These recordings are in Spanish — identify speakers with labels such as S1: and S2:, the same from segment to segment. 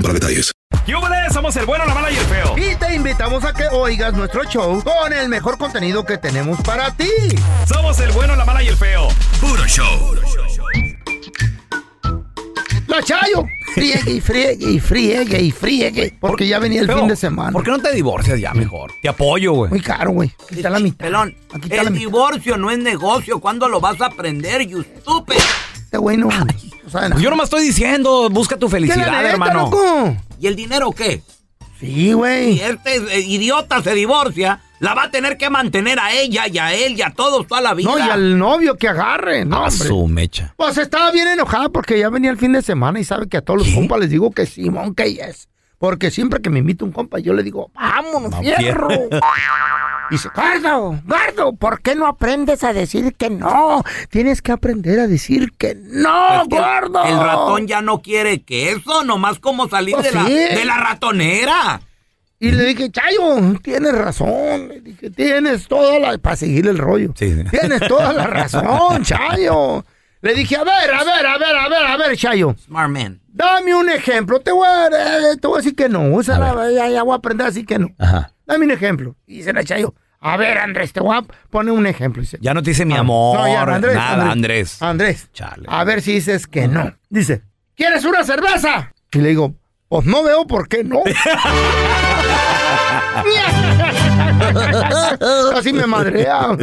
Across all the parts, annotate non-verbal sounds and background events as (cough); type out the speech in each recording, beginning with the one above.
S1: para detalles.
S2: ¡Yúbales! Somos el bueno, la mala y el feo.
S3: Y te invitamos a que oigas nuestro show con el mejor contenido que tenemos para ti.
S2: Somos el bueno, la mala y el feo. Puro show.
S3: La Chayo. Friegue y friegue y friegue y friegue. Porque ya venía el
S4: Feo,
S3: fin de semana.
S4: ¿Por qué no te divorcias ya mejor? Te apoyo, güey.
S3: Muy caro, güey. Aquí está la mitad.
S5: Pelón,
S3: Aquí está la
S5: el
S3: mitad.
S5: divorcio no es negocio. ¿Cuándo lo vas a aprender, you stupid?
S3: Este güey no, no sabe nada.
S4: Pues yo nomás estoy diciendo, busca tu
S3: ¿Qué la
S4: felicidad,
S3: neta,
S4: hermano.
S3: loco?
S5: ¿Y el dinero qué?
S3: Sí,
S5: Si
S3: güey.
S5: este eh, idiota se divorcia, la va a tener que mantener a ella y a él y a todos toda la vida.
S3: No, y al novio que agarre. No,
S4: A
S3: hombre.
S4: Ah, su mecha.
S3: Pues estaba bien enojada porque ya venía el fin de semana y sabe que a todos los compas les digo que sí, mon, que yes. Porque siempre que me invita un compa, yo le digo, vámonos,
S4: Vamos,
S3: fierro. Y (laughs) dice, Gardo, Gardo, ¿por qué no aprendes a decir que no? Tienes que aprender a decir que no,
S5: Es que
S3: gordo.
S5: El ratón ya no quiere que eso, nomás como salir
S3: Pues
S5: de, la,
S3: sí.
S5: de la ratonera.
S3: Y le dije, Chayo, tienes razón. Le dije, tienes toda la. Para seguir el rollo.
S4: Sí, (laughs) sí.
S3: Tienes toda la razón, Chayo. Le dije, a ver, a ver, a ver, a ver, a ver, Chayo.
S5: Smart man.
S3: Dame un ejemplo. Te voy a, eh, te voy a decir que no. O sea,
S4: A
S3: la- ya, ya voy a aprender así que no.
S4: Ajá.
S3: Dame un ejemplo. Y dice la Chayo, a ver, Andrés, te voy a poner un ejemplo. Dice,
S4: Ya no te dice mi
S3: Ah,
S4: amor.
S3: no, ya,
S4: nada, Andrés.
S3: Andrés.
S4: Chale.
S3: A ver si dices que no. Dice, ¿quieres una cerveza? Y le digo, pues no veo por
S4: (laughs)
S3: qué no. Así me madrea.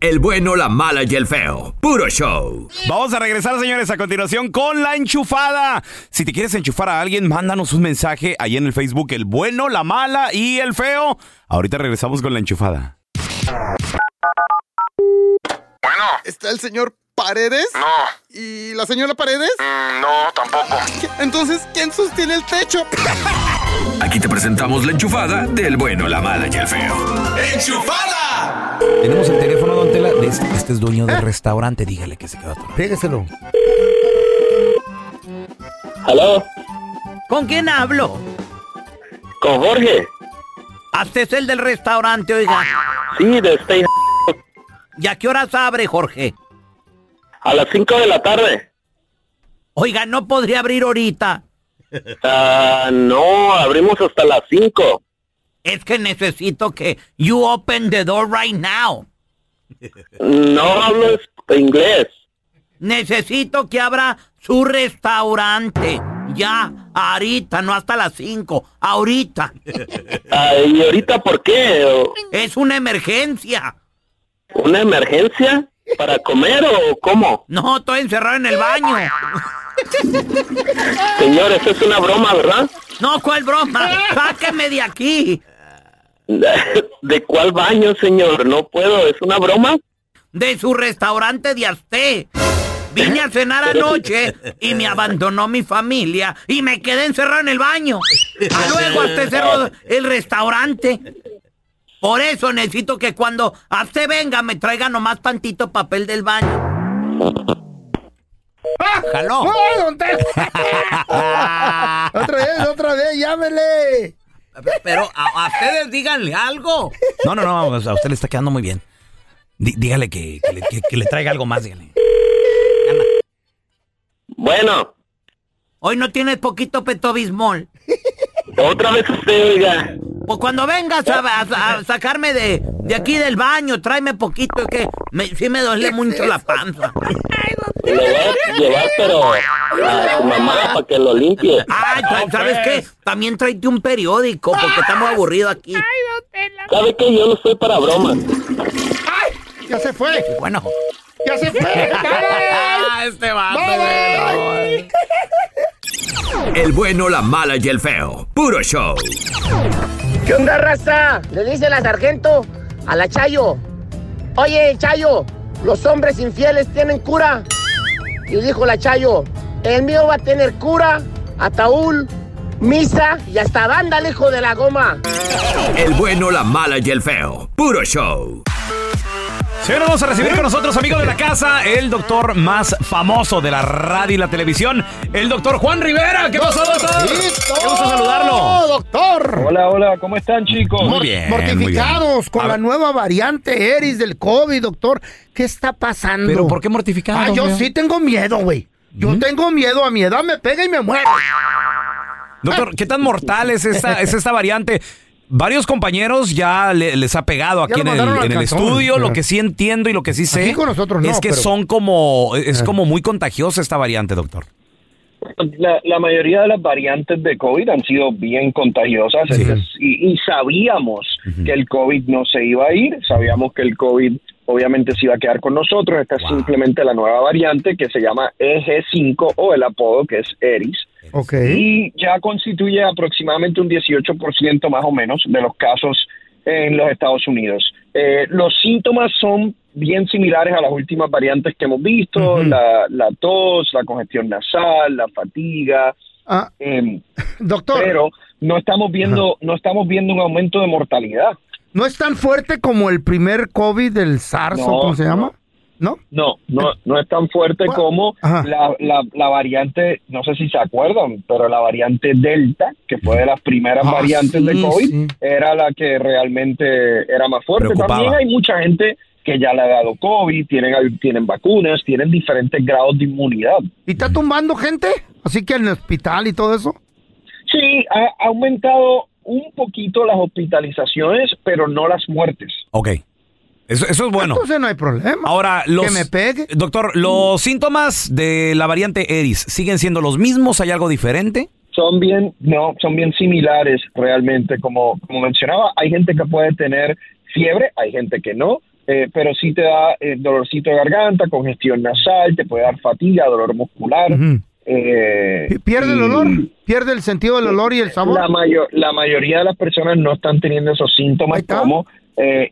S2: El bueno, la mala y el feo. Puro show.
S4: Vamos a regresar, señores, a continuación con la enchufada. Si te quieres enchufar a alguien, mándanos un mensaje ahí en el Facebook, el bueno, la mala y el feo. Ahorita regresamos con la enchufada.
S6: ¿Está el señor Paredes? No. ¿Y la señora Paredes? no, tampoco. Entonces, ¿quién sostiene el techo?
S2: Aquí te presentamos la enchufada del bueno, la mala y el feo. ¡Enchufada!
S4: Tenemos el teléfono, don Tela. de este, este es dueño
S3: Eh.
S4: del restaurante. Dígale que se quedó atrás.
S3: Pégaselo.
S7: Aló,
S5: ¿Con quién hablo?
S7: con Jorge.
S5: Hasta es el del restaurante, oiga.
S7: Sí, de este Stay
S5: ¿Y a qué horas abre, Jorge?
S7: a las 5 de la tarde.
S5: Oiga, no podría abrir ahorita.
S7: Ah, no, abrimos hasta las 5.
S5: Es que necesito que you open the door right now.
S7: No hablo es- inglés.
S5: Necesito que abra su restaurante. Ya, ahorita, no hasta las 5. Ahorita.
S7: (laughs) Ah, ¿Y ahorita por qué? ¿O-
S5: Es una emergencia.
S7: ¿Una emergencia? ¿Para comer o cómo?
S5: No, estoy encerrado en el baño.
S7: Señor, eso es una broma, ¿verdad? (laughs)
S5: No, ¿cuál broma? Sáqueme de aquí.
S7: ¿De cuál baño, señor? No puedo, ¿es una broma?
S5: De su restaurante de Asté. Vine a cenar anoche y me abandonó mi familia y me quedé encerrado en el baño. A luego Asté cerró el restaurante. Por eso necesito que cuando Asté venga me traiga nomás tantito papel del baño.
S4: Jaló.
S3: ¡Ay, don Tela!
S5: (laughs)
S3: otra vez, otra vez, llámele.
S5: Pero a, a ustedes díganle algo.
S4: No, no, no, o sea, a usted le está quedando muy bien. Dí- dígale que, que le, que- que le traiga algo más, dígale.
S7: Bueno,
S5: Hoy no tienes poquito petobismol.
S7: otra vez usted, oiga.
S5: Pues cuando vengas a, a- a sacarme de, de aquí del baño, tráeme poquito, es que me, sí me duele mucho la panza.
S7: Le voy a llevar, pero a su mamá para que lo limpie.
S5: Ay, tra- ¿sabes qué? También tráete un periódico, porque estamos aburridos aquí.
S7: ¿Sabe qué? Yo no estoy para bromas.
S3: ¡Ay! Ya se fue,
S5: Bueno. (laughs) Ah,
S3: ya se fue. ¡Dale!
S5: este va.
S3: ¡Dale!
S2: El bueno, la mala y el feo. Puro show.
S8: ¿Qué onda, raza? Le dice la sargento a la Chayo. Oye, Chayo, los hombres infieles tienen cura. Y dijo la Chayo, el mío va a tener cura, ataúd, misa y hasta banda, el hijo de la goma.
S2: El bueno, la mala y el feo. Puro show.
S4: Señores, vamos a recibir con nosotros, amigos de la casa, el doctor más famoso de la radio y la televisión, el doctor Juan Rivera. ¿Qué pasó, doctor? Qué gusto saludarlo.
S3: doctor!
S9: Hola, hola, ¿cómo están, chicos?
S4: Muy bien. muy bien.
S3: Mortificados con
S4: A
S3: la
S4: ver,
S3: nueva variante Eris del COVID, doctor. ¿Qué está pasando?
S4: ¿Pero por qué mortificados?
S3: Ah, yo
S4: güey?
S3: sí tengo miedo, güey. Yo tengo miedo. A mi edad me pega y me muero.
S4: Doctor, ¿qué tan mortal es
S3: (laughs)
S4: esta, es esta variante? Varios compañeros ya le- les ha pegado
S3: Ya
S4: aquí en
S3: lo
S4: el,
S3: mandaron al
S4: en el
S3: cantón.
S4: estudio. Lo que sí entiendo y lo que sí sé
S3: Aquí con nosotros no,
S4: es que
S3: pero- Eh.
S4: son como, es como muy contagiosa esta variante, doctor.
S9: La, la mayoría de las variantes de COVID han sido bien contagiosas
S4: Sí.
S9: entonces, y, y sabíamos que el COVID no se iba a ir, sabíamos que el COVID obviamente se iba a quedar con nosotros, esta es simplemente la nueva variante que se llama EG5 o el apodo que es ERIS.
S3: Ok.
S9: y ya constituye aproximadamente un 18% más o menos de los casos en los Estados Unidos. Eh, los síntomas son bien similares a las últimas variantes que hemos visto, la, la tos, la congestión nasal, la fatiga,
S3: Ah,
S9: em,
S3: (laughs) doctor,
S9: pero no estamos viendo no estamos viendo un aumento de mortalidad.
S3: ¿no es tan fuerte como el primer COVID del SARS o
S9: No,
S3: cómo se
S9: no.
S3: llama? ¿No? Eh,
S9: No, no, no es tan fuerte
S3: Bueno,
S9: como
S3: ajá.
S9: la, la, la variante, no sé si se acuerdan, pero la variante Delta, que fue de las primeras
S3: Ah,
S9: variantes
S3: sí,
S9: de COVID,
S3: sí.
S9: era la que realmente era más fuerte.
S4: Preocupaba.
S9: También hay mucha gente que ya le ha dado COVID, tienen, tienen vacunas, tienen diferentes grados de inmunidad.
S3: ¿Y está tumbando gente? Así que en el hospital y todo eso.
S9: Sí, ha ha aumentado un poquito las hospitalizaciones, pero no las muertes.
S4: Ok. Eso, eso es bueno.
S3: Entonces no hay problema.
S4: Ahora, los.
S3: Eh, Que me pegue. Mm.
S4: Doctor, los síntomas de la variante Eris siguen siendo los mismos. ¿Hay algo diferente?
S9: son bien, no, son bien similares realmente, como, como mencionaba, hay gente que puede tener fiebre, hay gente que no, eh, pero sí te da eh, dolorcito de garganta, congestión nasal, te puede dar fatiga, dolor muscular.
S3: Ujú.
S9: eh,
S3: Pi- ¿Pierde el
S9: y
S3: olor? ¿Pierde el sentido del olor y el sabor?
S9: La, mayo- la mayoría de las personas no están teniendo esos
S3: Ahí
S9: síntomas
S3: está.
S9: como eh,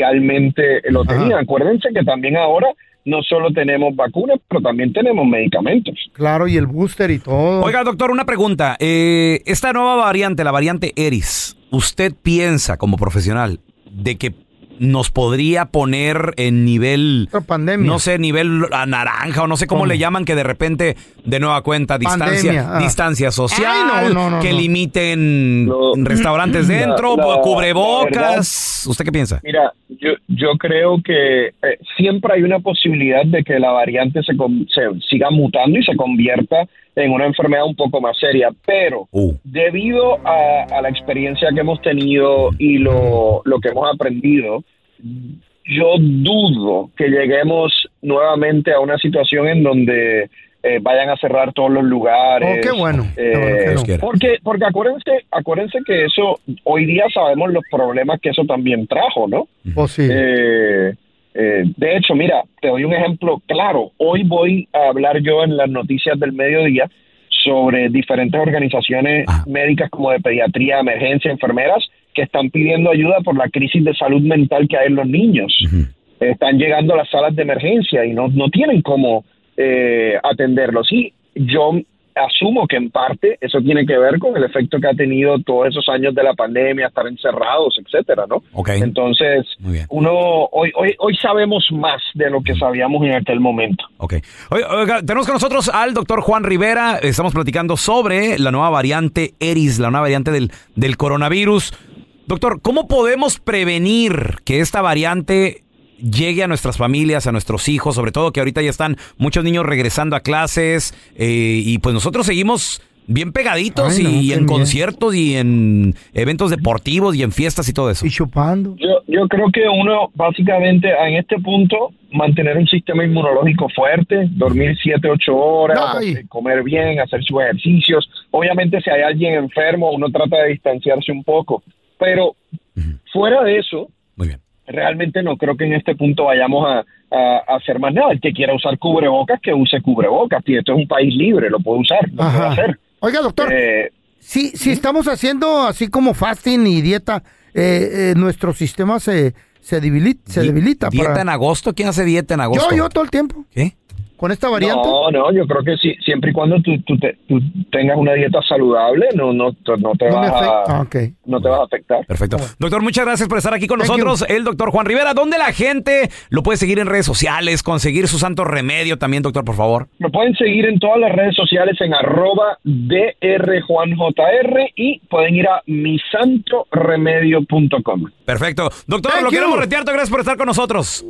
S9: inicialmente lo
S3: Ajá.
S9: tenían. Acuérdense que también ahora no solo tenemos vacunas, pero también tenemos medicamentos.
S3: Claro, y el booster y todo.
S4: Oiga, doctor, una pregunta. Eh, esta nueva variante, la variante Eris, ¿usted piensa como profesional de que nos podría poner en nivel,
S3: Otra pandemia.
S4: no sé, nivel a naranja o no sé cómo
S3: ¿Cómo?
S4: le llaman, que de repente, de nueva cuenta, distancia,
S3: Pandemia, ah.
S4: distancia social,
S3: Ay, no, no, no,
S4: que
S3: no.
S4: limiten
S9: No.
S4: restaurantes
S9: La-
S4: dentro,
S9: la- la verdad-
S4: cubrebocas? ¿Usted qué piensa?
S9: Mira, yo, yo creo que eh, siempre hay una posibilidad de que la variante se, con- se siga mutando y se convierta en una enfermedad un poco más seria, pero
S4: Uh.
S9: debido a, a la experiencia que hemos tenido y lo, lo que hemos aprendido, yo dudo que lleguemos nuevamente a una situación en donde eh, vayan a cerrar todos los lugares.
S3: Oh, qué bueno, qué
S9: Eh,
S3: bueno que no.
S4: Dios quiera.
S9: porque, porque acuérdense, acuérdense que eso, hoy día sabemos los problemas que eso también trajo, ¿no?
S3: Pues sí.
S9: Eh, eh, de hecho, mira, te doy un ejemplo claro. Hoy voy a hablar yo en las noticias del mediodía sobre diferentes organizaciones
S4: Ajá.
S9: médicas como de pediatría, emergencia, enfermeras, que están pidiendo ayuda por la crisis de salud mental que hay en los niños. Están llegando a las salas de emergencia y no, no tienen cómo eh, atenderlos. Y yo asumo que en parte eso tiene que ver con el efecto que ha tenido todos esos años de la pandemia, estar encerrados, etcétera, ¿no?
S4: Ok.
S9: Entonces,
S4: Muy bien.
S9: uno hoy, hoy, hoy sabemos más de lo que sabíamos en aquel momento.
S4: Ok. Oiga, oiga, tenemos con nosotros al doctor Juan Rivera. Estamos platicando sobre la nueva variante Eris, la nueva variante del, del coronavirus. Doctor, ¿cómo podemos prevenir que esta variante llegue a nuestras familias, a nuestros hijos, sobre todo que ahorita ya están muchos niños regresando a clases eh, y pues nosotros seguimos bien pegaditos
S3: Ay, no,
S4: y
S3: qué
S4: en
S3: miedo.
S4: conciertos y en eventos deportivos y en fiestas y todo eso?
S3: Y chupando.
S9: Yo, yo creo que uno, básicamente, en este punto, mantener un sistema inmunológico fuerte, dormir 7, 8 horas,
S3: Ay.
S9: eh, comer bien, hacer sus ejercicios. Obviamente, si hay alguien enfermo, uno trata de distanciarse un poco. Pero fuera de eso,
S4: Muy bien.
S9: realmente no creo que en este punto vayamos a, a- a hacer más nada. El que quiera usar cubrebocas, que use cubrebocas. Y esto es un país libre, lo puede usar, lo puede
S3: Ajá.
S9: hacer. Eh,
S3: Oiga, doctor, si, si estamos haciendo así como fasting y dieta, eh, eh, nuestro sistema se, se, debilita, se debilita.
S4: ¿Dieta
S3: para-
S4: en agosto? ¿Quién hace dieta en agosto?
S3: Yo, yo todo el tiempo.
S4: ¿Qué?
S3: Con esta variante.
S9: No, no, yo creo que sí, siempre y cuando tú, tú te- tú tengas una dieta saludable, no, no, te- no te
S4: No me
S9: vas a,
S3: Ah,
S4: afecta,
S9: no te vas a afectar.
S4: Perfecto. Doctor, muchas gracias por estar aquí con nosotros. El doctor Juan Rivera, ¿dónde la gente lo puede seguir en redes sociales, conseguir su santo remedio también, doctor, por favor?
S9: Me pueden seguir en todas las redes sociales en arroba drjuanjr y pueden ir a misantoremedio.com.
S4: Perfecto. Doctor, lo queremos retear. Gracias por estar con nosotros.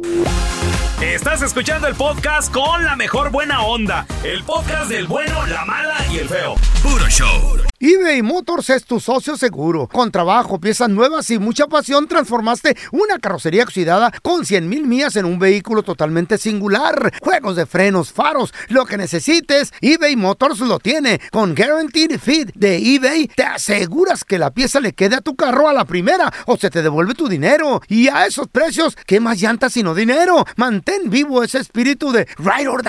S4: Estás escuchando el podcast con la mejor buena onda. El podcast del bueno, la mala y el feo. Puro show.
S3: eBay Motors es tu socio seguro. Con trabajo, piezas nuevas y mucha pasión, transformaste una carrocería oxidada con 100 mil millas en un vehículo totalmente singular. Juegos de frenos, faros, lo que necesites, eBay Motors lo tiene. Con Guaranteed Fit de eBay, te aseguras que la pieza le quede a tu carro a la primera o se te devuelve tu dinero. Y a esos precios, ¿qué más llantas sino dinero? Mantén vivo ese espíritu de Ride or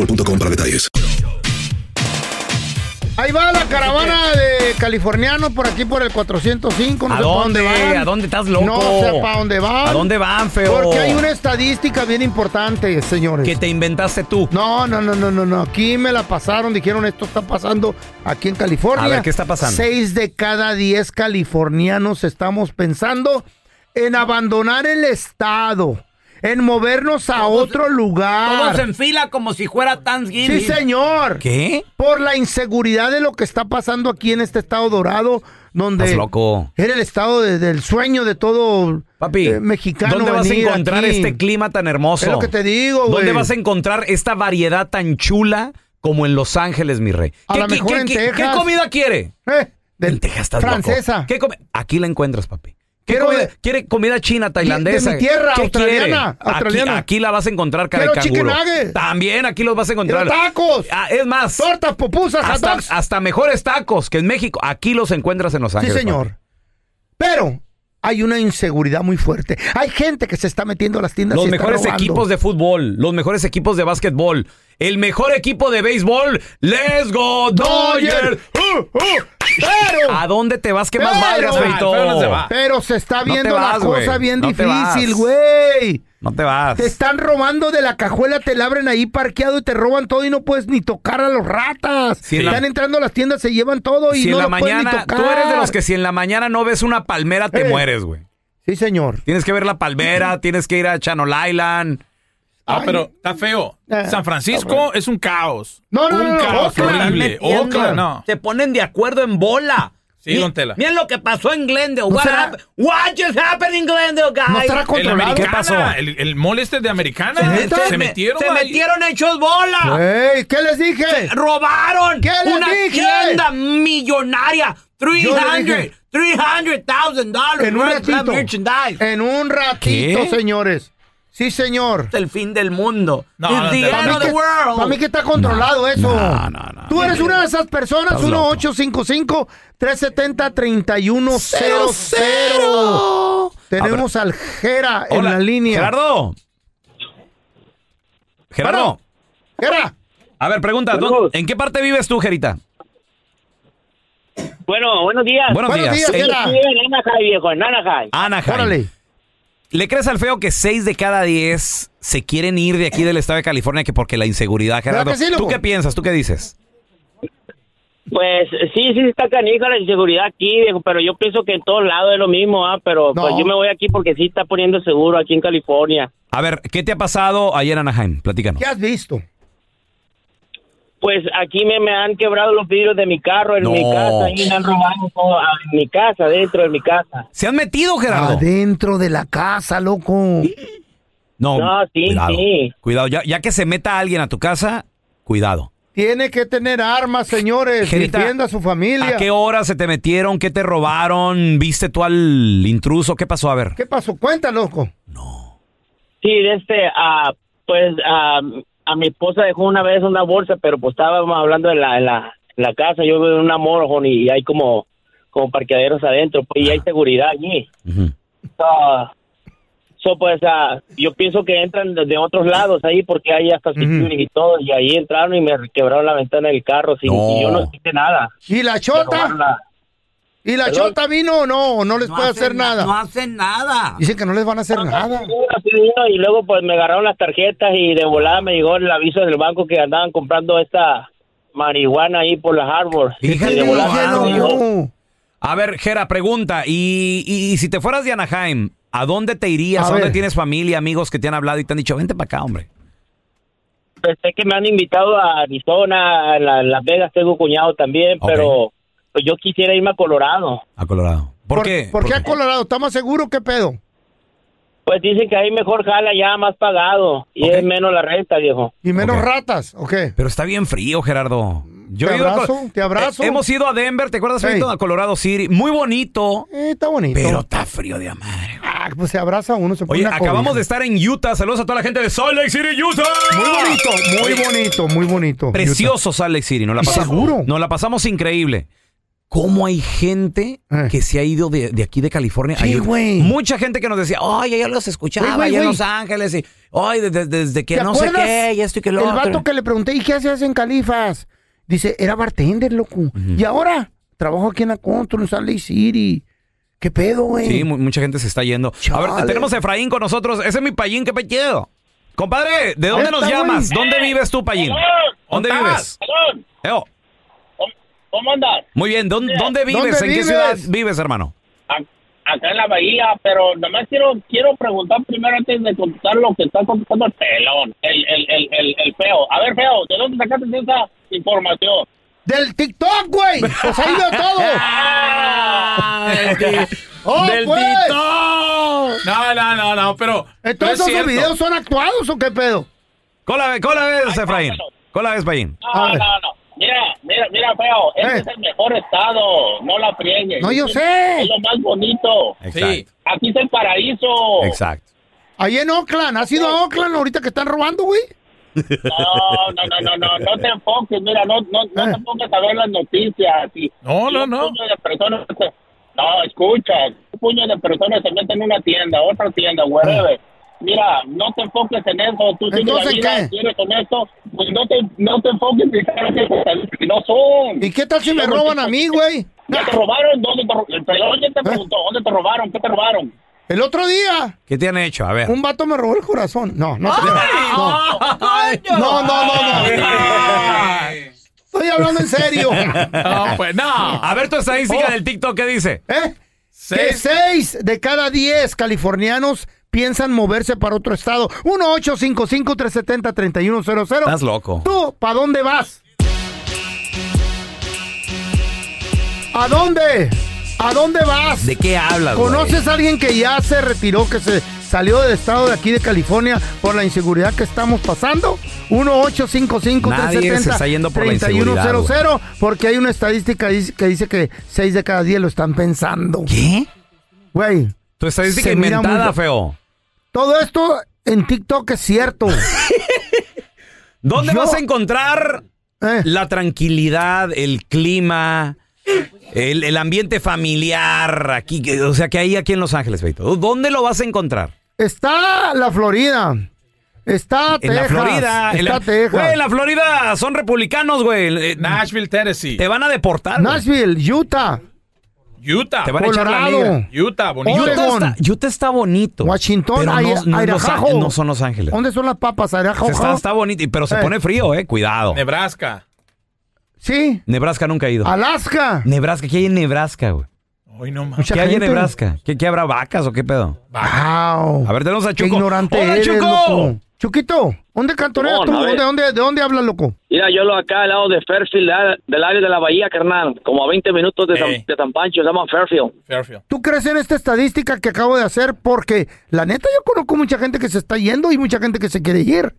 S1: para detalles.
S3: Ahí va la caravana de californianos por aquí por el 405. No
S4: ¿A
S3: sé pa'
S4: dónde?
S3: van.
S4: ¿A dónde estás loco?
S3: No sé para dónde van.
S4: ¿A dónde van, feo?
S3: Porque hay una estadística bien importante, señores. Que
S4: te inventaste tú.
S3: No, no, no, no, no, no. Aquí me la pasaron, dijeron esto está pasando aquí en California.
S4: A ver, ¿qué está pasando?
S3: Seis de cada diez californianos estamos pensando en abandonar el estado, en movernos a otro lugar.
S5: Todos en fila como si fuera Thanksgiving.
S3: Sí, señor.
S4: ¿Qué?
S3: Por la inseguridad de lo que está pasando aquí en este estado dorado, donde...
S4: Estás loco.
S3: Era el estado de- del sueño de todo
S4: Papi,
S3: eh, mexicano.
S4: ¿Dónde vas a
S3: venir
S4: encontrar
S3: aquí.
S4: este clima tan hermoso?
S3: Es lo que te digo, güey.
S4: ¿Dónde vas a encontrar esta variedad tan chula como en Los Ángeles, mi rey?
S3: A
S4: ¿Qué-
S3: lo
S4: qué-
S3: mejor
S4: qué-
S3: en
S4: qué-
S3: Texas.
S4: ¿Qué comida quiere?
S3: Eh,
S4: en Texas estás loco.
S3: francesa.
S4: ¿Qué come- Aquí la encuentras, papi. ¿Qué
S3: Quiero
S4: comida-
S3: de-
S4: ¿Quiere comida china, tailandesa?
S3: de mi tierra,
S4: ¿Qué
S3: australiana,
S4: quiere?
S3: australiana.
S4: Aquí, aquí la vas a encontrar, cara de
S3: Quiero chicken
S4: canguro.
S3: nuggets.
S4: También aquí los vas a encontrar.
S3: Quiero tacos.
S4: Ah, es más.
S3: Tortas, popusas, hot
S4: hasta,
S3: dogs.
S4: hasta mejores tacos que en México. Aquí los encuentras en Los
S3: Sí,
S4: Ángeles.
S3: señor. Pero hay una inseguridad muy fuerte. Hay gente que se está metiendo a las tiendas.
S4: Los
S3: y está
S4: mejores
S3: robando.
S4: equipos de fútbol, los mejores equipos de básquetbol, el mejor equipo de béisbol, Let's Go Dodgers.
S3: Uh, uh, pero-
S4: ¿A dónde te vas que más
S3: pero,
S4: valgas, Feito?
S3: pero se está
S4: No
S3: viendo
S4: te vas,
S3: la cosa
S4: güey.
S3: bien
S4: No te
S3: difícil,
S4: vas.
S3: güey.
S4: No te vas.
S3: Te están robando de la cajuela, te la abren ahí parqueado y te roban todo y no puedes ni tocar a los ratas.
S4: Si en la-
S3: están entrando a las tiendas, se llevan todo y
S4: si en
S3: no
S4: la
S3: lo pueden ni
S4: mañana,
S3: tocar.
S4: tú eres de los que si en la mañana no ves una palmera te
S3: Eh.
S4: mueres, güey.
S3: Sí, señor.
S4: Tienes que ver la
S3: (clears throat)
S4: palmera, tienes que ir a Chanol Island.
S10: Ah, pero está feo.
S4: Eh,
S10: San Francisco es un caos.
S3: Ah, No,
S10: un caos horrible.
S5: Metiendo.
S10: Oakland, no.
S5: Se ponen de acuerdo en bola.
S10: Sí, don Tela.
S5: Miren lo que pasó en Glendale. What,
S10: será-
S5: hap- what just happened in Glendale, guys?
S10: El Americana, El, el mall este de Americana. Se,
S5: neta?
S10: metieron.
S5: Se
S10: ahí.
S5: metieron hechos bola.
S3: Ey, ¿Qué les dije?
S5: robaron
S3: ¿Qué les
S5: una
S3: dije?
S5: tienda millonaria.
S3: Yo le
S5: 300,
S3: dije.
S5: 300,000
S3: En un
S5: worth of
S3: ratito.
S5: merchandise.
S3: En un ratito, señores. Sí, señor.
S5: El fin del mundo.
S3: No,
S5: It's the end of the world.
S3: Para mí que está controlado eso.
S5: no,
S3: Tú eres una de esas personas,
S5: Estás loco.
S3: 1-855-370-3100. Tenemos al Jera en
S4: Ah, Hola,
S3: la línea.
S4: Gerardo. Gerardo.
S3: Jera.
S4: A ver, pregunta, ¿dó- ¿en qué parte vives tú, Gerita?
S7: Bueno, buenos días.
S4: Buenos Buenos días. Eh, días,
S7: Yo
S4: Gera.
S7: estoy en Anaheim, viejo, en Anaheim.
S4: Anaheim. ¿Le crees al feo que 6 de cada 10 se quieren ir de aquí del estado de California que porque la inseguridad,
S3: ¿Verdad
S4: Gerardo?
S3: que sí,
S4: ¿Tú
S3: loco?
S4: qué piensas? ¿Tú qué dices?
S11: Pues sí, sí está canijo la inseguridad aquí, viejo, pero yo pienso que en todos lados es lo mismo, ah, pero pues yo me voy aquí porque sí está poniendo seguro aquí en California.
S4: A ver, ¿qué te ha pasado ayer en Anaheim? Platícanos.
S3: ¿Qué has visto?
S11: Pues aquí me, me han quebrado los vidrios de mi carro en
S4: No.
S11: mi casa y me han robado todo ah, en mi casa, dentro de mi casa.
S4: ¿Se han metido, Gerardo?
S3: Adentro de la
S4: (laughs)
S3: casa, loco.
S4: No,
S3: No, sí,
S4: cuidado.
S3: sí.
S4: Cuidado, ya, ya que se meta alguien a tu casa, cuidado.
S3: Tiene que tener armas, señores.
S4: Gerita,
S3: Defienda a su familia.
S4: ¿A qué hora se te metieron? ¿Qué te robaron? ¿Viste tú al intruso? ¿Qué pasó? A ver.
S3: ¿Qué pasó? Cuenta, loco.
S11: Sí, de este, ah, pues ah, a mi esposa dejó una vez una bolsa, pero pues estábamos hablando en la, en la, en la casa, yo vivo en una morjón y hay como, como parqueaderos adentro, pues, y hay seguridad allí.
S12: 嗯
S11: Ah, so, pues ah, yo pienso que entran de de otros lados ahí porque hay hasta security y todo, y ahí entraron y me quebraron la ventana del carro sin, y yo no hice nada.
S3: ¿Y la chota? ¿Y la
S11: Perdón.
S3: chota vino o no? ¿O no les puede hacer nada?
S5: No hacen nada.
S3: Dicen que no les van a hacer nada.
S11: Y luego pues me agarraron las tarjetas y de volada me llegó el aviso del banco que andaban comprando esta marihuana ahí por las Harbor. Y de volada me llegó.
S4: Ah, A ver, Gera, pregunta. Y, y- y si te fueras de Anaheim, ¿a dónde te irías?
S11: A
S4: ¿A, dónde
S11: ver.
S4: tienes familia, amigos que te han hablado y te han dicho, vente para acá, hombre?
S11: Pensé que me han invitado a Arizona, a la- Las Vegas, tengo cuñado también, pero pues, yo quisiera irme a Colorado.
S4: A Colorado. ¿Por, qué?
S3: ¿Por qué a Colorado? ¿Está más seguro? ¿Qué pedo?
S11: Pues dicen que ahí mejor jala ya más pagado y es menos la renta, viejo.
S3: ¿Y menos ratas? ¿O qué?
S4: Pero está bien frío, Gerardo. Yo
S3: Te
S4: he ido a
S3: abrazo,
S4: Col-
S3: te abrazo.
S4: Eh, hemos ido a Denver, ¿te acuerdas?
S3: Ey. Eh,
S4: Felito? A Colorado City. Muy bonito.
S3: está bonito.
S4: Pero está frío de amar.
S3: Ah, pues se abraza uno, se pone
S4: Oye,
S3: una
S4: acabamos
S3: cobija.
S4: de estar en Utah. Saludos a toda la gente de Salt Lake City, Utah.
S3: Muy bonito, muy bonito, muy bonito.
S4: Precioso Salt Lake City. Nos la pasamos,
S3: Seguro.
S4: Nos la pasamos increíble. ¿Cómo hay gente que se ha ido de, de aquí de California? a
S3: Eh. Sí,
S4: Utah?
S3: güey.
S4: Mucha gente que nos decía, ay, ya los escuchaba,
S3: Güey, güey,
S4: allá en
S3: güey.
S4: Los Ángeles, y, ay, desde, desde que
S3: ¿Te
S4: no sé
S3: acuerdas
S4: qué, y esto y que lo
S3: El
S4: otro".
S3: vato que le pregunté, ¿y qué haces en Califas? Dice, era bartender, loco. Y ahora, trabajo aquí en la Control, en Salt Lake City. ¿Qué pedo, güey?
S4: Sí, mu- mucha gente se está yendo. A ver,
S3: Chale.
S4: tenemos a Efraín con nosotros. Ese es mi payín, qué pechedo. Compadre, ¿de dónde
S3: Ahí
S4: nos
S3: está,
S4: llamas?
S3: güey. Eh,
S4: ¿Dónde vives tú, payín? ¿Dónde vives? Eo,
S13: ¿Cómo andas?
S4: muy bien, ¿dónde, dónde vives?
S13: ¿Dónde
S4: ¿En qué
S13: vives?
S4: ciudad vives, hermano?
S13: Acá en la bahía, pero nomás quiero quiero preguntar primero antes de contestar lo que está contestando el pelón, el, el, el, el, el feo. A ver, feo, ¿de dónde sacaste esa información?
S3: ¡Del TikTok, güey! ¡Pues ahí
S13: (laughs)
S3: veo todo! ¡Oh,
S10: del
S3: pues!
S10: No, no, no, no, pero.
S3: ¿Entonces
S10: no es
S3: los
S10: cierto.
S3: Eh, videos son actuados o qué pedo?
S4: ¿Cola ve- cola ves, Efraín? ¿Cola ves, payín?
S13: No, Ah,
S3: Ah,
S13: no, no. Mira, mira, mira, feo, este es el mejor estado, no la friegues.
S3: Eh. No, yo
S13: Es-
S3: sé.
S13: Es lo más bonito.
S4: Exacto.
S13: Sí, aquí es el paraíso.
S4: Exacto.
S3: Ahí en Oakland. ¿Has ido a Oakland ahorita que están robando, güey?
S13: No, no, no, no, no, no te enfoques, Pues mira, no, no, no
S3: Eh.
S13: te pongas a ver las noticias. Y, no, no, no. Puño de personas, se- no, escucha, un puño de personas se meten en una tienda, otra tienda, whatever. Mira, no te enfoques en eso, tú sigues la
S3: Eh. ¿Entonces
S13: vida,
S3: qué?
S13: si eres honesto, pues no te, no te enfoques en cosas que no son.
S3: ¿Y qué tal si me roban a mí, güey? Eh.
S13: ¿Ya te robaron? ¿Dónde te robaron? El pelón ya te preguntó, ¿dónde te robaron? ¿Qué te robaron?
S3: El otro día,
S4: ¿Qué te han hecho? A ver.
S3: un vato me robó el corazón. No, no te creas. No. No, no, no, no. Estoy hablando en
S13: (laughs)
S3: serio.
S4: No, pues no. A ver tu estadística
S3: Oh.
S4: del TikTok, ¿qué dice?
S3: ¿Eh? Que
S4: Seis.
S3: seis de cada diez californianos piensan moverse para otro estado. 1-855-370-3100.
S4: Estás loco.
S3: ¿Tú, para dónde vas? ¿A dónde? ¿A dónde vas?
S4: ¿De qué hablas, güey?
S3: ¿Conoces a alguien que ya se retiró, que se salió del estado de aquí de California por la inseguridad que estamos pasando? 1-855-370-3100.
S4: Nadie se está yendo por la inseguridad, güey.
S3: Porque hay una estadística dice- que dice que 6 de cada 10 lo están pensando.
S4: ¿Qué?
S3: Güey.
S4: Tu estadística
S3: se mira
S4: inventada,
S3: muy-
S4: feo.
S3: Todo esto en TikTok
S4: (laughs)
S3: es cierto.
S4: ¿Dónde vas a encontrar
S3: Eh.
S4: la tranquilidad, el clima, el, el ambiente familiar aquí? que- O sea, que hay aquí en Los Ángeles, Feito. ¿Dónde lo vas a encontrar?
S3: Está la Florida. Está
S4: En
S3: Texas.
S4: la Florida. en
S3: Está
S4: la,
S3: Texas.
S4: Güey, en la Florida Eh, son republicanos, güey. Nashville, Tennessee. Te van a deportar. güey.
S3: Nashville, Utah.
S14: Utah.
S4: Te van a echar la
S3: Colorado.
S4: liga. Utah, bonito.
S3: Oregon.
S4: Utah está, Utah está bonito.
S3: Washington,
S4: pero no,
S3: Ai-
S4: no, no Los
S3: Idaho.
S4: Ángeles, no son Los Ángeles.
S3: ¿Dónde son las papas?
S4: Se
S3: ¿Arajajo?
S4: Está, está bonito, y- pero se
S3: Eh.
S4: pone frío, eh. Cuidado.
S14: Nebraska.
S3: Sí.
S4: Nebraska nunca ha ido.
S3: Alaska.
S4: Nebraska, ¿qué hay en Nebraska, güey?
S14: Hoy no más.
S4: ¿Qué hay en Nebraska? ¿Qué, qué habrá vacas o qué pedo? A ver, tenemos a
S3: Qué
S4: Chuco.
S3: ignorante
S4: ¡Hola,
S3: eres,
S4: Chuco!
S3: loco. Chuquito, ¿dónde cantoneas
S5: No,
S3: tú?
S5: no, eh. a ver.
S3: ¿Dónde, dónde, ¿De dónde hablas, loco?
S5: Mira, yo lo acá al lado de Fairfield, al- del área de la bahía, carnal. Como a 20 minutos de, San, de San Pancho, se llama Fairfield.
S14: Fairfield.
S3: ¿Tú crees en esta estadística que acabo de hacer? Porque la neta yo conozco mucha gente que se está yendo y mucha gente que se quiere ir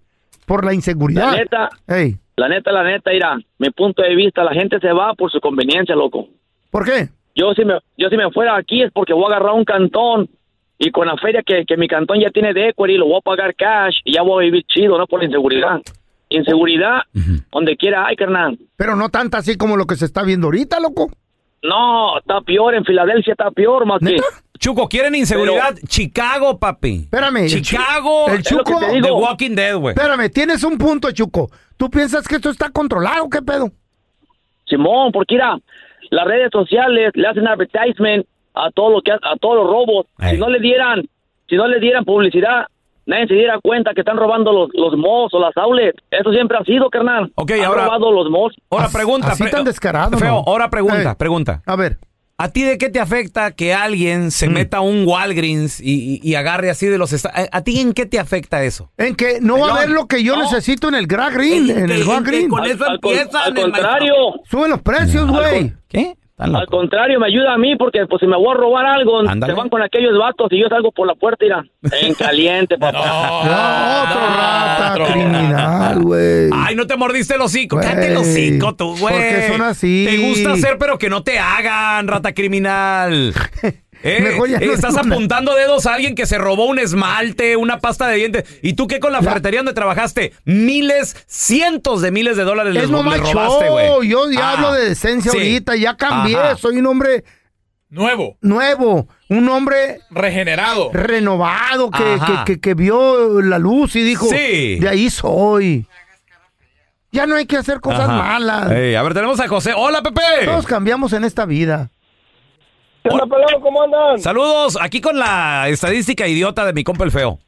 S3: por la inseguridad.
S5: La neta,
S3: Ey,
S5: la neta, la neta, mira, mi punto de vista, la gente se va por su conveniencia, loco.
S3: ¿Por qué?
S5: Yo si me, yo si me fuera aquí es porque voy a agarrar un cantón y con la feria que, que mi cantón ya tiene de equity lo voy a pagar cash y ya voy a vivir chido, no por la inseguridad. Inseguridad, donde quiera hay, carnal.
S3: pero no tanta así como lo que se está viendo ahorita, loco.
S5: No, está peor, en Filadelfia está peor, más que...
S4: Chuco, ¿quieren inseguridad? Chicago, papi.
S3: Espérame. el
S4: Chicago.
S3: Chu- El Chuco.
S4: The Walking Dead, güey.
S3: Espérame, tienes un punto, Chuco. ¿Tú piensas que esto está controlado? ¿Qué pedo?
S5: Simón, porque mira, las redes sociales le hacen advertisement a todo lo que ha- a todos los robos. Si no le dieran, si no le dieran publicidad, nadie se diera cuenta que están robando los los malls o las outlets. Eso siempre ha sido, carnal.
S4: Okay,
S5: Han
S4: ahora-
S5: robado los malls.
S4: Ahora pregunta.
S3: así
S4: pre-
S3: tan descarado,
S4: Feo,
S3: ¿no?
S4: ahora pregunta,
S3: Eh.
S4: pregunta.
S3: A ver. Mm.
S4: ¿A ti de qué te afecta que alguien se meta a un Walgreens y, y- y agarre así de los... esta- eh, ¿A a ti en qué te afecta eso?
S3: En que no va a
S4: Pelón,
S3: haber lo que yo necesito en el Grand Green, en el Grand Green.
S4: con eso
S5: Al con-
S4: empiezan,
S5: al
S4: el
S5: contrario.
S3: Suben los precios, güey.
S4: ¿Qué?
S5: Al contrario, me ayuda a mí porque pues si me voy a robar algo, se van con aquellos vatos y yo salgo por la puerta y la- en caliente, papá.
S3: Ah, Criminal, güey.
S4: Ay, no te mordiste el hocico. Cállate el hocico, tú, güey.
S3: ¿por qué son así?
S4: Te gusta hacer, pero que no te hagan, rata
S3: (laughs)
S4: criminal. Eh,
S3: Mejor ya
S4: eh,
S3: no (laughs)
S4: estás
S3: digo nada.
S4: apuntando dedos a alguien que se robó un esmalte, una pasta de dientes. ¿Y tú qué con la ferretería donde trabajaste? Miles, cientos de miles de dólares les,
S3: Es
S4: le
S3: nomás
S4: robaste,
S3: show.
S4: güey.
S3: Yo ya
S4: Ah,
S3: hablo de decencia
S4: sí.
S3: ahorita. Ya cambié.
S4: Ajá.
S3: Soy un hombre
S14: Nuevo.
S3: nuevo. Un hombre
S14: Regenerado.
S3: renovado que,
S14: Ajá.
S3: que- que- que vio la luz y dijo,
S4: Sí.
S3: de ahí soy. Ya no hay que hacer cosas
S4: Ajá. Eh.
S3: malas.
S4: Ey, a ver, tenemos a José. ¡Hola,
S3: Todos
S4: Pepe!
S3: cambiamos en esta vida.
S4: Hola, ¿cómo andan? Saludos, aquí con la estadística idiota de mi compa el feo.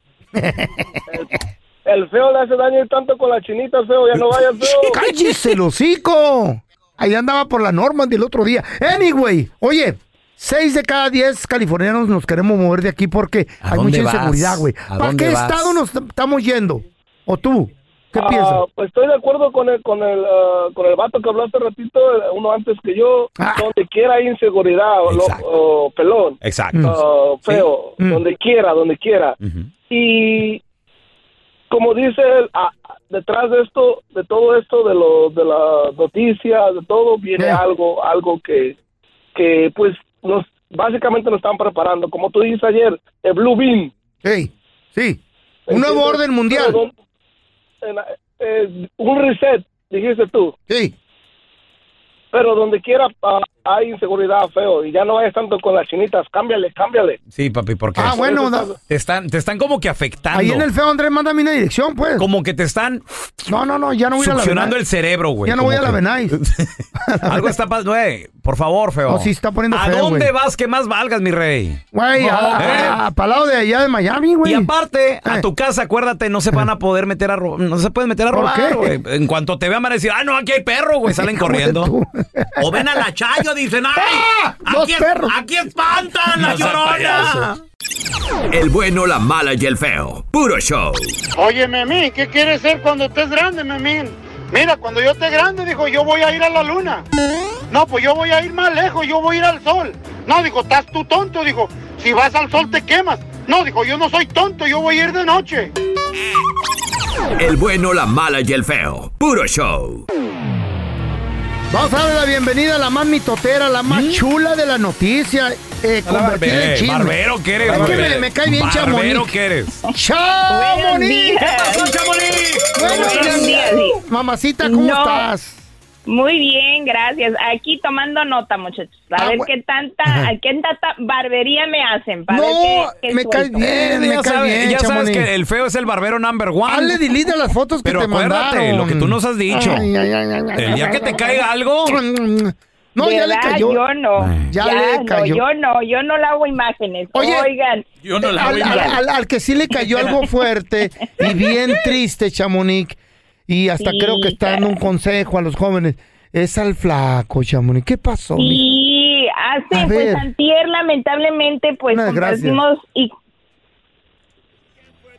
S15: El feo le hace daño ir tanto con la chinita, feo. Ya no vayas, feo.
S3: ¡Cállese el hocico! Ahí andaba por la norma del otro día. Anyway, oye, seis de cada diez californianos nos queremos mover de aquí porque hay
S4: dónde
S3: mucha
S4: vas?
S3: inseguridad, güey.
S4: ¿A
S3: ¿Para
S4: dónde
S3: qué
S4: vas?
S3: estado nos t- estamos yendo? ¿O tú? ¿Qué
S15: Ah,
S3: piensas?
S15: pues estoy de acuerdo con el, con el, ah, con el vato que habló hace ratito, eh, uno antes que yo.
S3: Ah.
S15: Donde quiera hay inseguridad, o lo- o pelón.
S4: Exacto.
S15: Ah, feo,
S3: Mm.
S15: donde quiera, donde quiera.
S12: 嗯
S15: Y como dice él, ah, detrás de esto, de todo esto, de lo, de las noticias, de todo, viene algo, algo que, que pues nos, básicamente nos están preparando. Como tú dices ayer, el Blue Beam.
S3: sí. Un nuevo orden mundial.
S15: en- eh, un reset, dijiste tú.
S3: Sí.
S15: Pero donde quiera ah, hay inseguridad feo y ya no vayas tanto con las chinitas, cámbiale, cámbiale.
S4: Sí, papi, porque
S15: Ah, bueno, da-
S4: te están, te están como que afectando.
S3: Ahí en el feo Andrés, mándame una dirección, pues.
S4: Ah, Como que te están
S3: No, no, no, ya no voy a la
S4: succionando el
S3: Benais.
S4: cerebro, güey.
S3: Ya no voy a la Benais.
S4: (laughs) Algo está pasando, güey. Por favor, feo.
S3: No, sí está poniendo
S4: ¿A
S3: feo,
S4: dónde
S3: güey.
S4: vas que más valgas, mi rey? ¿eh?
S3: Güey, a- a- a- palado de allá de Miami, güey. Eh.
S4: Y aparte, a tu casa, acuérdate, no se van a poder meter a robar. No se pueden meter a
S3: ¿Por
S4: robar,
S3: qué?
S4: güey. En cuanto te vean, van a decir, ah, no, aquí hay perro,
S3: (laughs)
S4: güey. Salen
S16: Hijo de
S4: corriendo.
S16: O ven a la Chayo, dicen,
S3: (laughs)
S16: ¡ay!
S3: ¡Ah!
S16: aquí, es- aquí espantan la
S2: No seas
S16: llorona.
S2: payaso. El bueno, la mala y el feo. Puro show.
S13: Oye, Memín, ¿qué quieres ser cuando estés grande, Memín? Mira, cuando yo esté grande, dijo, yo voy a ir a la luna. No, pues yo voy a ir más lejos, yo voy a ir al sol. No, dijo, estás tú tonto, dijo, si vas al sol te quemas. No, dijo, yo no soy tonto, yo voy a ir de noche.
S2: El bueno, la mala y el feo. Puro show.
S3: Vamos a darle la bienvenida a la más mitotera, la más chula de la noticia. Eh, convertida en
S4: Eh,
S3: chisme.
S4: barbero que eres,
S3: Es que
S4: güey.
S3: me, me cae bien
S4: Barbero
S3: Chamonix.
S4: que eres.
S3: ¡Chamonix!
S17: Buenos
S3: ¿Qué
S17: días.
S3: pasó, Chamonix?
S17: Buenos días, sí.
S3: Mamacita, ¿cómo
S17: No.
S3: estás?
S17: Muy bien, gracias. Aquí tomando nota, muchachos. A
S3: Ah,
S17: ver
S3: bu-
S17: qué tanta, a qué tanta barbería me hacen. Para
S3: No,
S17: ver qué- qué
S3: me cae
S17: suelto.
S3: bien, me
S4: Eh, ya
S3: cae
S4: sabes,
S3: bien,
S4: ya sabes
S3: Chamonix.
S4: que el feo es el barbero number one.
S3: Hazle delete a las fotos que
S4: Pero
S3: te
S4: acuérdate,
S3: mandaron.
S4: lo que tú nos has dicho. El día que te caiga algo,
S3: No, ya le
S17: ¿Verdad?
S3: cayó.
S17: Yo no.
S3: Ya le
S17: no,
S3: cayó.
S17: yo no, yo no lavo imágenes.
S3: Oye,
S17: Oigan.
S10: Yo no
S3: al, al- al- al que sí le cayó algo fuerte y bien triste, Chamonix, y hasta
S17: Sí,
S3: creo que está dando un consejo a los jóvenes, es al flaco, Chamonix. ¿Qué pasó, mija?
S17: Sí, hace,
S3: A
S17: pues,
S3: ver.
S17: antier, lamentablemente, pues,
S3: Una desgracia.
S17: compartimos y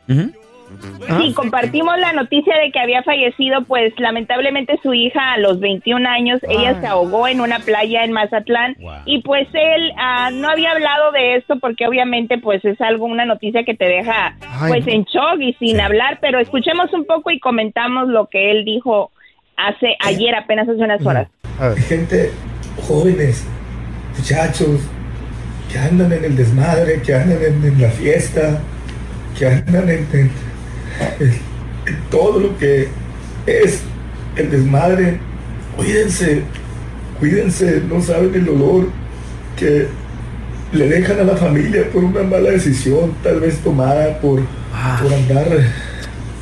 S3: Ujú. Ah.
S17: Sí, compartimos la noticia de que había fallecido, pues lamentablemente su hija a los 21 años,
S18: Ah.
S17: ella se ahogó en una playa en Mazatlán y pues él ah, no había hablado de esto porque obviamente pues es algo, una noticia que te deja
S18: Ay,
S17: pues
S18: no.
S17: en shock y sin hablar, pero escuchemos un poco y comentamos lo que él dijo
S18: Eh.
S17: hace ayer, apenas hace unas horas.
S14: Gente, jóvenes, muchachos, que andan en el desmadre, que andan en, en la fiesta, que andan en, en- en- en todo lo que es el desmadre. Cuídense, cuídense, no saben el dolor que le dejan a la familia por una mala decisión, tal vez tomada por, por andar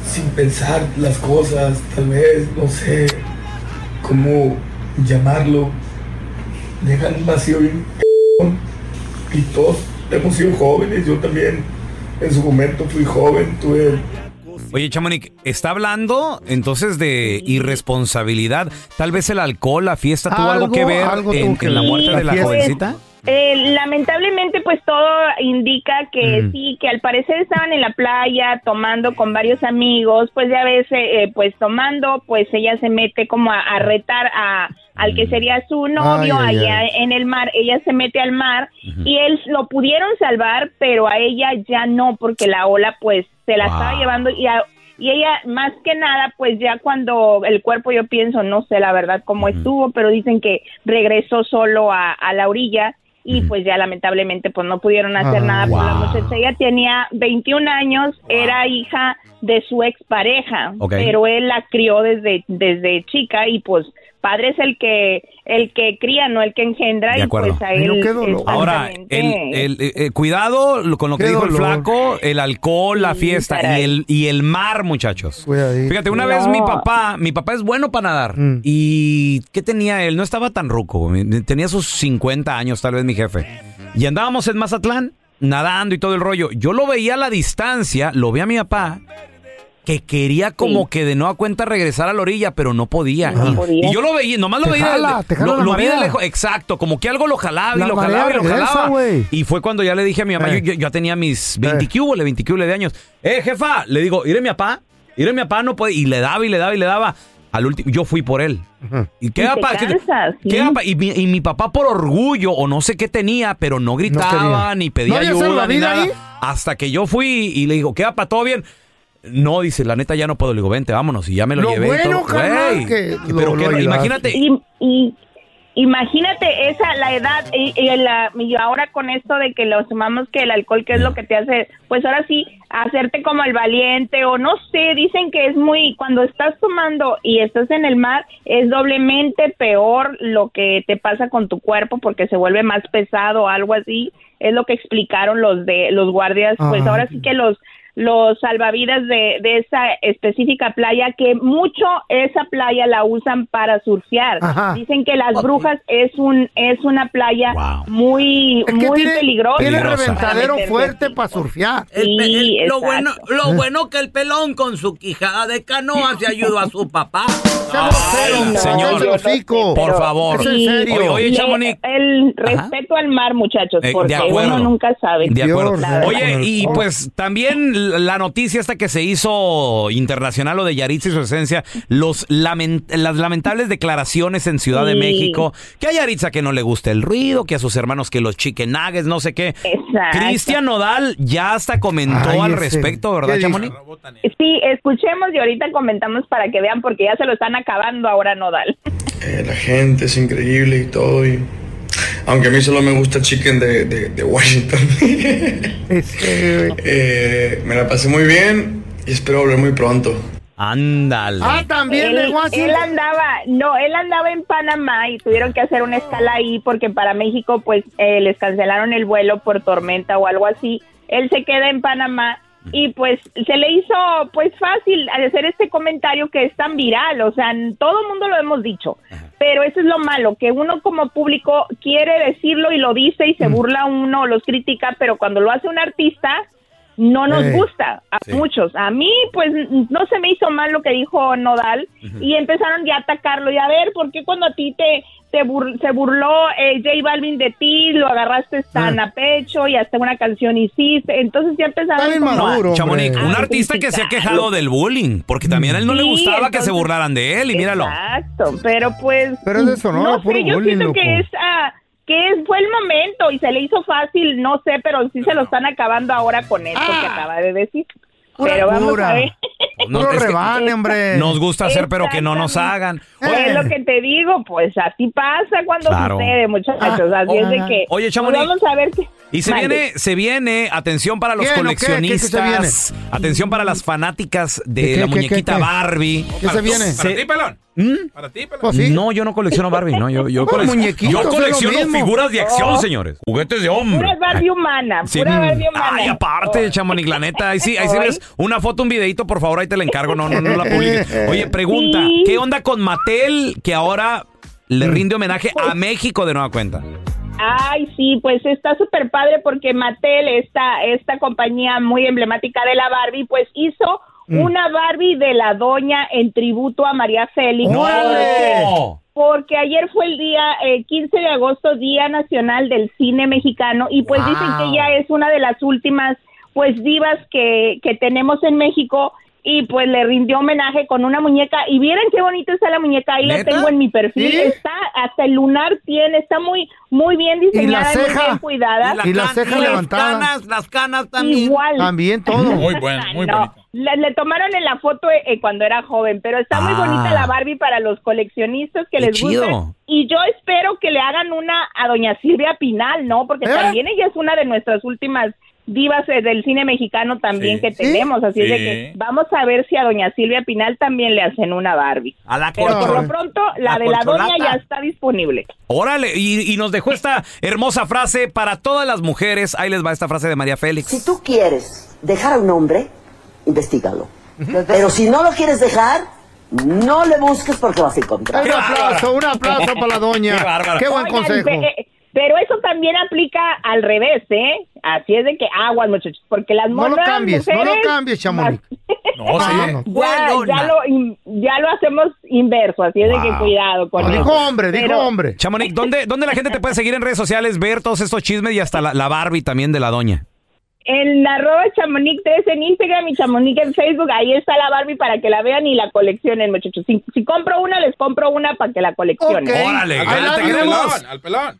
S14: sin pensar las cosas, tal vez, no sé cómo llamarlo, dejan un vacío bien c******. y todos hemos sido jóvenes, yo también en su momento fui joven, tuve
S4: Oye, Chamonix, está hablando entonces de irresponsabilidad. Tal vez el alcohol, la fiesta tuvo algo,
S17: Algo-
S4: que ver
S17: algo tuvo
S4: en,
S17: que
S4: en la
S17: ver.
S4: muerte de la
S17: Así es.
S4: jovencita.
S17: Eh, lamentablemente, pues todo indica que
S4: Mm.
S17: sí, que al parecer estaban en la playa tomando con varios amigos, pues ya ves, eh, eh, pues tomando, pues ella se mete como a, a retar a al que sería su novio
S18: Mm. Ay, ay,
S17: allá
S18: ay.
S17: en el mar, ella se mete al mar y él lo pudieron salvar, pero a ella ya no, porque la ola pues se la
S18: Wow.
S17: estaba llevando y a- y ella, más que nada, pues ya cuando el cuerpo, yo pienso, no sé la verdad cómo estuvo, pero dicen que regresó solo a, a la orilla y pues ya lamentablemente pues no pudieron hacer
S18: Ah,
S17: nada por la
S18: wow.
S17: muchacha. Ella tenía 21 años, era hija de su expareja,
S18: Ok.
S17: pero él la crió desde, desde chica y pues padre es el que el que cría, no el que engendra
S4: De
S17: y
S4: acuerdo.
S17: pues a él
S4: Ahora, el,
S17: exactamente.
S4: el- eh, eh, cuidado lo- con lo que
S17: Qué
S4: dijo el
S17: dolor.
S4: flaco, el alcohol, la fiesta y el, y el mar, muchachos. Fíjate, una vez
S17: No.
S4: mi papá, mi papá es bueno para nadar.
S3: Mm.
S4: ¿Y qué tenía él? No estaba tan ruco. Tenía sus 50 años, tal vez mi jefe. Y andábamos en Mazatlán, nadando y todo el rollo. Yo lo veía a la distancia, lo vi a mi papá, que quería como que de nueva cuenta regresar a la orilla, pero no podía. y,
S3: podía.
S4: y yo lo veía, nomás lo
S3: Te
S4: veía. de-
S3: jala, te jala
S4: lo,
S3: la
S4: lo vi de
S3: marea.
S4: lejos, exacto, como que algo lo jalaba
S3: La
S4: y lo
S3: marea
S4: jalaba y lo
S3: regresa,
S4: jalaba.
S3: güey.
S4: Y fue cuando ya le dije a mi mamá,
S3: Eh.
S4: yo, yo ya tenía mis 20 cúbole, 20 cúbole de años. Eh, jefa, le digo, iré mi papá, iré mi papá, no puede. Y le daba y le daba y le daba. Al último, yo fui por él. ¿Y qué
S17: Y te
S4: papá? ¿Qué-
S17: cansas,
S4: qué papá? Y, mi, y mi papá por orgullo o no sé qué tenía, pero no gritaba,
S3: quería.
S4: ni pedía
S3: ¿No había
S4: ayuda, ni
S3: salvavidas
S4: nada.
S3: ahí?
S4: Hasta que yo fui y le digo, ¿qué papá? ¿Todo bien? No, dice, la neta ya no puedo. Le digo, vente, vámonos. Y ya me lo,
S3: Lo
S4: llevé. y
S3: bueno,
S4: todo.
S3: carnal,
S4: Güey,
S3: que lo-
S4: pero
S3: lo
S4: qué-
S3: ayudaste.
S4: imagínate,
S17: Y, y- imagínate esa, la edad, y, y la- y ahora con esto de que lo sumamos que el alcohol, que es lo que te hace, pues ahora sí, hacerte como el valiente, o no sé, dicen que es muy, cuando estás tomando y estás en el mar, es doblemente peor lo que te pasa con tu cuerpo porque se vuelve más pesado, algo así, es lo que explicaron los de los guardias, pues
S18: Ah.
S17: ahora sí que los los salvavidas de, de esa específica playa que mucho esa playa la usan para surfear.
S18: Ajá.
S17: Dicen que las brujas es un es una playa muy
S3: Es que
S17: muy
S3: tiene-
S17: peligrosa.
S3: Tiene
S17: para
S3: reventadero
S17: meterse.
S3: fuerte para surfear.
S5: El pe- el- lo,
S17: exacto.
S5: bueno, lo bueno que el pelón con su quijada de canoa se ayudó a su papá.
S4: Ay,
S5: no,
S4: señor,
S5: yo no sé,
S4: por
S5: pero-
S4: favor.
S5: Es en serio.
S4: Oye, oye,
S17: Y
S4: Chamonix,
S17: El, el respeto al mar, muchachos,
S4: Eh, de
S17: porque
S4: acuerdo.
S17: uno nunca sabe.
S4: De acuerdo.
S17: La verdad.
S4: Oye, y pues también la noticia esta que se hizo internacional, lo de Yaritza y su esencia, los lamen- las lamentables declaraciones en Ciudad de
S17: Sí.
S4: México, que a Yaritza que no le gusta el ruido, que a sus hermanos que los chicken nuggets, no sé qué.
S17: Exacto.
S4: Cristian Nodal ya hasta comentó
S17: Ay,
S4: al
S17: ese-
S4: respecto, ¿verdad,
S17: ¿qué dijo?
S4: Chamonix?
S17: Sí, escuchemos y ahorita comentamos para que vean porque ya se lo están acabando ahora Nodal.
S14: eh, la gente, es increíble y todo. Y, aunque a mí solo me gusta el chicken de, de- de Washington. Eh, me la pasé muy bien y espero volver muy pronto.
S4: Ándale.
S3: también de
S17: él,
S3: Washington.
S17: él andaba, no, él andaba en Panamá y tuvieron que hacer una escala ahí porque para México pues eh, les cancelaron el vuelo por tormenta o algo así. Él se queda en Panamá y pues se le hizo pues fácil hacer este comentario que es tan viral, o sea, n- todo el mundo lo hemos dicho, Pero eso es lo malo, que uno como público quiere decirlo y lo dice y se burla uno, los critica, pero cuando lo hace un artista no nos
S18: Eh,
S17: gusta a
S18: sí.
S17: muchos. A mí pues no se me hizo mal lo que dijo Nodal
S18: Ujú.
S17: y empezaron ya a atacarlo y a ver, ¿por qué cuando a ti te, te bur- se burló eh, J Balvin de ti, lo agarraste tan
S18: Ah.
S17: a pecho y hasta una canción hiciste? Entonces ya empezaron como a-
S4: Chamonix, un artista que se ha quejado del bullying, porque también a él no le
S17: Sí,
S4: gustaba que se
S17: entonces-
S4: burlaran de él, y míralo.
S17: Exacto, pero pues.
S4: Pero es de Sonora,
S17: no sé,
S4: puro
S17: yo
S4: bullying,
S17: siento
S4: loco.
S17: que es. ah, que es- fue el momento y se le hizo fácil, no sé, pero sí se lo están acabando ahora con esto
S4: Ah.
S17: que acaba de decir.
S3: Pura
S17: pero vamos
S3: cura.
S17: a
S4: Eh.
S17: ver.
S4: No,
S3: Puro
S4: es que
S3: rebane, hombre.
S4: Nos gusta hacer, pero que no nos hagan.
S17: Es lo que te digo, pues así pasa cuando
S4: Claro. Ah.
S17: sucede, muchachos. Así es de que.
S4: Oye,
S17: pues,
S4: Chamonix.
S17: Vamos a ver qué.
S4: Y se
S17: Mande.
S4: viene, se viene, atención para los
S17: ¿Qué, no, qué? ¿Qué, qué se
S4: coleccionistas, atención para las fanáticas de
S10: ¿Qué, qué,
S4: la
S10: qué, qué,
S4: muñequita
S10: qué?
S4: Barbie.
S10: ¿Qué se viene? ¿Para ti, pelón?
S3: ¿Mm?
S4: ¿Para ti, pelón?
S3: ¿Pues
S4: No, yo no colecciono Barbie, no, yo, yo,
S10: Pues,
S4: colec-
S10: muñequitos,
S4: yo
S10: es lo
S4: colecciono
S10: mismo.
S4: figuras de acción,
S10: Oh.
S4: señores. Juguetes de hombre.
S17: Pura Barbie humana,
S4: Sí,
S17: pura
S4: mm.
S17: Barbie humana.
S4: Ay,
S10: Oh.
S4: aparte, Chamonix, la neta, ahí sí, ahí sí
S17: Ay.
S4: ves una foto, un videito, por favor, ahí te la encargo, no, no, no la
S10: (laughs)
S4: publiques. Oye, pregunta, ¿qué onda con Mattel que ahora le
S10: Mm.
S4: rinde homenaje a México de nueva cuenta?
S17: Ay, sí, pues está súper padre porque Mattel, esta, esta compañía muy emblemática de la Barbie, pues hizo
S18: Mm.
S17: una Barbie de la doña en tributo a María Félix.
S18: ¡Órale!
S17: Porque ayer fue el día eh, 15 de agosto, Día Nacional del Cine Mexicano, y pues dicen que
S18: Wow.
S17: ella es una de las últimas pues divas que, que tenemos en México y pues le rindió homenaje con una muñeca y vieron qué bonita está la muñeca ahí la
S18: ¿Neta?
S17: tengo en mi perfil
S18: ¿Sí?
S17: está hasta el lunar tiene está muy muy bien diseñada
S3: ¿Y la
S17: muy bien
S3: ceja?
S17: cuidada
S3: ¿Y la ceja levantada?
S17: las canas también igual
S3: También todo.
S17: Muy
S3: bueno, muy
S17: (laughs) No, le, le tomaron en la foto eh, cuando era joven, pero está muy
S3: Ah.
S17: bonita la Barbie para los coleccionistas que
S4: Qué
S17: les
S4: chido.
S17: gusta. Y yo espero que le hagan una a doña Silvia Pinal, ¿no?
S3: ¿Eh?
S17: Porque también ella es una de nuestras últimas divas eh, del cine mexicano también
S4: Sí.
S17: que
S4: Sí.
S17: tenemos, así es de
S4: Sí.
S17: que vamos a ver si a doña Silvia Pinal también le hacen una Barbie.
S4: A la
S17: Pero por lo
S4: corcho.
S17: pronto
S4: La
S17: la, de la doña
S4: corcholata.
S17: ya está disponible.
S4: Órale, y, y nos dejó esta hermosa frase para todas las mujeres. Ahí les va esta frase de María Félix.
S19: Si tú quieres dejar a un hombre, investigalo. Pero si no lo quieres dejar, no le busques porque vas a encontrar.
S3: Un aplauso, un aplauso para
S4: (laughs)
S3: la doña.
S19: Qué bárbara.
S3: Qué buen
S17: Oigan,
S3: consejo.
S17: pe- eh, pero eso también aplica al revés, ¿eh? Así es de que aguas, muchachos, porque las
S3: No lo
S17: monas
S3: cambies, no lo
S17: mujeres-
S3: cambies, Chamonix.
S10: No,
S4: Oh,
S10: sí.
S17: Ya, Ah, ya, lo, in- ya lo hacemos inverso, así es de que
S4: Wow.
S17: cuidado con eso. pues, Pero-
S4: Chamonix, ¿dónde, ¿dónde la gente te puede seguir en redes sociales, ver todos estos chismes y hasta la, la Barbie también de la doña?
S17: En arroba chamonix 3 en Instagram y chamonix en Facebook, ahí está la Barbie para que la vean y la coleccionen, muchachos. Si, si compro una, les compro una para que la coleccionen.
S4: Órale,
S10: Al
S4: gracias, te
S10: pelón,
S4: queremos.
S10: Al pelón.